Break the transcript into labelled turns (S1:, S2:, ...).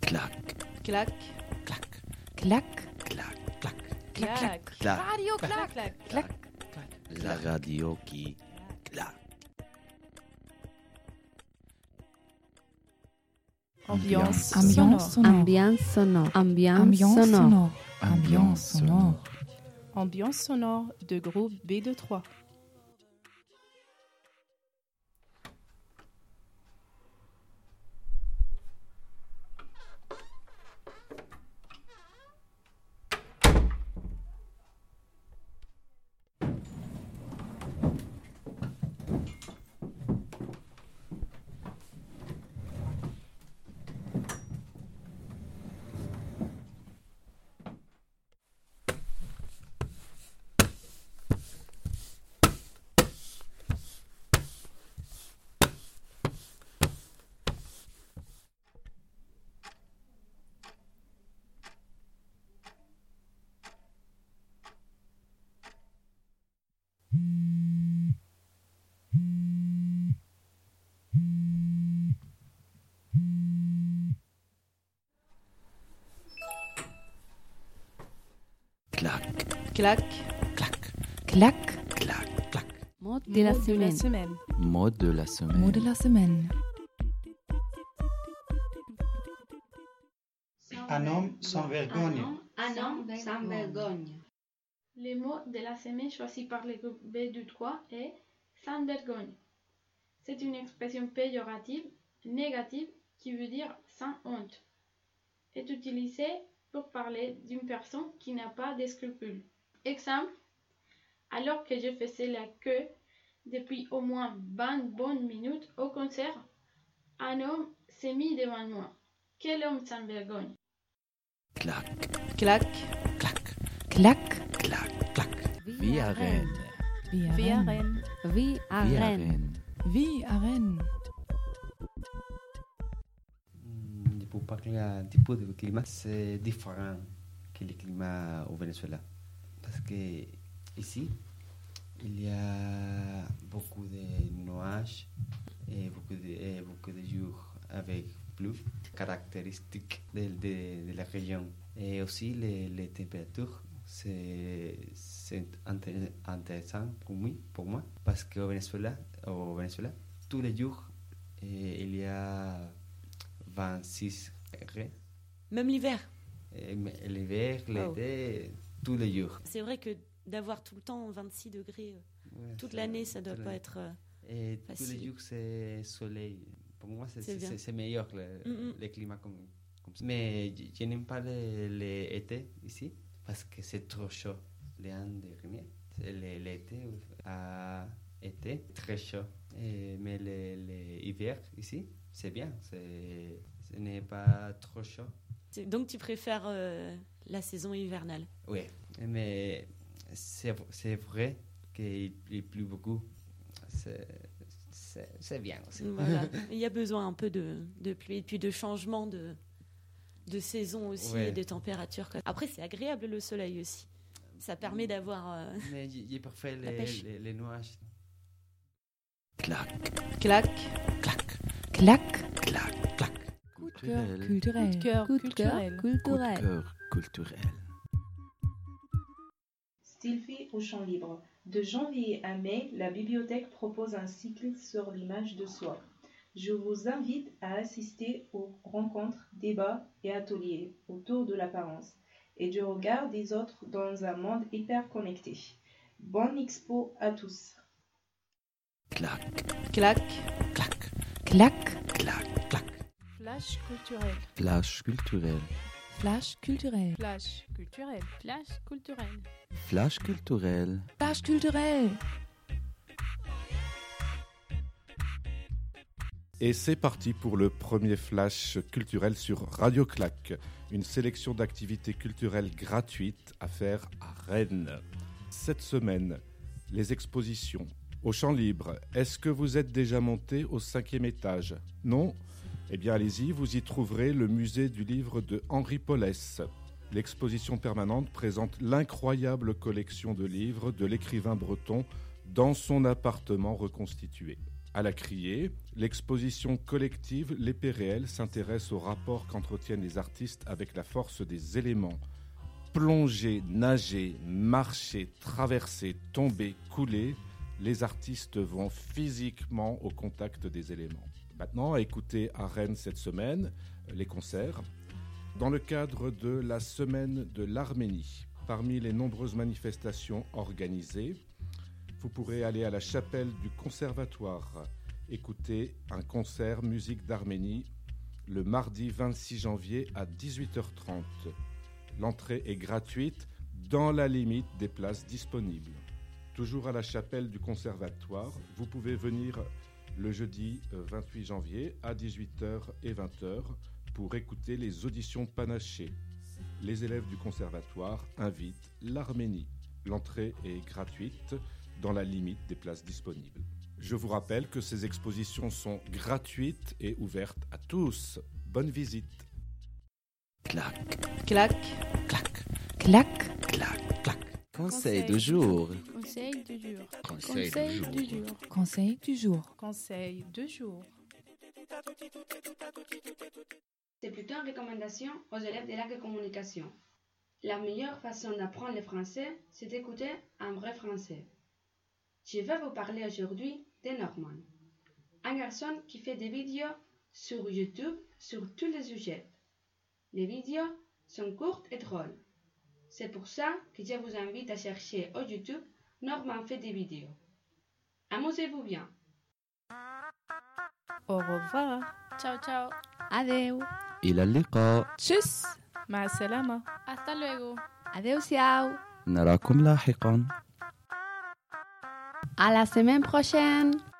S1: Clac,
S2: Clac,
S1: clac,
S3: Clac,
S1: clac, clac,
S3: clac, clac.
S2: clac,
S4: Ah.
S1: clac.
S3: Radio clac.
S2: clac.
S3: Clac.
S1: La radio qui clac.
S2: Ambiance.
S3: Ambiance
S2: Ambiance.
S3: sonore.
S5: Ambiance sonore. Ambiance,
S3: Ambiance
S5: sonore.
S3: sonore. Ambiance sonore.
S2: Ambiance sonore de groupe B23.
S1: Clac,
S2: Clac,
S1: clac,
S3: Clac.
S1: clac, clac.
S5: Mode de la
S2: mot
S5: semaine.
S2: semaine.
S1: Mot de la semaine.
S3: Mot de la semaine.
S6: Un homme sans vergogne.
S7: Un homme sans vergogne.
S8: Le mot de la semaine choisi par le groupe B23 est sans vergogne. C'est une expression péjorative, négative, qui veut dire sans honte. Est utilisée pour parler d'une personne qui n'a pas de scrupules. Exemple, alors que je faisais la queue depuis au moins 20 bonnes minutes au concert, un homme s'est mis devant moi. Quel homme sans vergogne!
S1: Clac,
S2: Clac,
S1: clac,
S3: Clac.
S1: clac, clac. Vie à Rennes.
S5: Ah.
S2: vie à Rennes.
S5: Vie à
S1: Vie à
S5: Rennes.
S1: Rennes.
S3: Vie à Rennes.
S4: Mm, Pour parler un petit peu du climat, c'est différent que le climat au Venezuela. Parce que ici, il y a beaucoup de nuages et beaucoup de, et beaucoup de jours avec pluie, caractéristique de, de- de la Eh, région. Et aussi, les, les températures, c'est c'est inté- intéressant pour moi, pour moi parce qu'au Venezuela, au Venezuela, tous les jours, eh, il y a 26 degrés.
S9: Même l'hiver.
S4: Et mais L'hiver, l'été, tous les jours.
S9: C'est vrai que d'avoir tout le temps 26 degrés euh,
S4: Ouais,
S9: toute
S4: ça-
S9: l'année, ça doit
S4: toute
S9: pas
S4: l'année.
S9: être. euh,
S4: Et tous les
S9: facile.
S4: jours, c'est soleil. Pour moi, c'est-
S9: C'est
S4: c'est
S9: bien.
S4: c'est- c'est meilleur le,
S9: Mm, mm.
S4: le climat comme, comme ça. Mais je, je n'aime pas le- l'été ici parce que c'est trop chaud. L'an dernier, c'est le- l'été a été très chaud. Et- mais le- le- l'hiver ici, c'est bien. c'est- Ce n'est pas trop chaud.
S9: c'est- Donc tu préfères euh, la saison hivernale.
S4: Oui, mais c'est c'est vrai qu'il il pleut beaucoup. C'est- C'est c'est bien aussi.
S9: Voilà. Il y a besoin un peu de, de pluie et puis de changement de, de saison aussi
S4: Ouais.
S9: et de température. quoi. Après, c'est agréable le soleil aussi. Ça permet d'avoir. euh,
S4: Mais j'ai j'ai parfait
S9: La
S4: les,
S9: pêche.
S4: les, les nuages.
S1: Clac,
S2: Clac,
S1: clac,
S3: Clac.
S1: clac, clac. Coup de cœur,
S2: coup de
S3: Culturel.
S2: cœur
S5: Eh, Coup de
S2: culturel.
S5: cœur culturel.
S1: culturel.
S10: Sylvie au champ libre. De janvier à mai, la bibliothèque propose un cycle sur l'image de soi. Je vous invite à assister aux rencontres, débats et ateliers autour de l'apparence et du regard des autres dans un monde hyper connecté. Bonne expo à tous.
S1: Clac,
S2: Clac,
S1: clac,
S3: Clac.
S1: clac, clac.
S2: flash culturel.
S1: Flash culturel.
S3: Flash culturel.
S2: Flash culturel. Flash culturel.
S1: Flash culturel.
S3: Flash culturel.
S11: Et c'est parti pour le premier flash culturel sur Radio Clac, une sélection d'activités culturelles gratuites à faire à Rennes. Cette semaine, les expositions. Au champ libre, est-ce que vous êtes déjà monté au cinquième étage Non Eh bien allez-y, vous y trouverez le musée du livre de Henri Paulès. L'exposition permanente présente l'incroyable collection de livres de l'écrivain breton dans son appartement reconstitué. À la criée, l'exposition collective L'épée réelle s'intéresse au rapport qu'entretiennent les artistes avec la force des éléments. Plonger, nager, marcher, traverser, tomber, couler, les artistes vont physiquement au contact des éléments. Maintenant, à écouter à Rennes cette semaine les concerts dans le cadre de la semaine de l'Arménie. Parmi les nombreuses manifestations organisées, vous pourrez aller à la chapelle du conservatoire, écouter un concert musique d'Arménie le mardi 26 janvier à 18h30. L'entrée est gratuite dans la limite des places disponibles. Toujours à la chapelle du conservatoire, vous pouvez venir le jeudi euh, 28 janvier à 18h et 20h pour écouter les auditions panachées. Les élèves du conservatoire invitent l'Arménie. L'entrée est gratuite dans la limite des places disponibles. Je vous rappelle que ces expositions sont gratuites et ouvertes à tous. Bonne visite.
S1: Clac,
S2: Clac.
S1: clac,
S3: clac,
S1: clac, clac. Conseil de jour.
S2: Conseil du jour.
S1: Conseil du jour.
S3: conseil du jour.
S2: Conseil du jour.
S7: C'est plutôt une recommandation aux élèves de la communication. La meilleure façon d'apprendre le français, c'est d'écouter un vrai français. Je vais vous parler aujourd'hui de Norman, un garçon qui fait des vidéos sur YouTube sur tous les sujets. Les vidéos sont courtes et drôles. C'est pour ça que je vous invite à chercher au YouTube Norman fait des vidéos. Amusez-vous bien.
S2: Au revoir.
S8: Ciao, ciao.
S5: Adeu.
S1: إلى اللقاء.
S3: Tchuss.
S2: Ma salama.
S8: Hasta luego.
S5: Adeu, ciao.
S1: نراكم لاحقاً.
S5: À la semaine prochaine.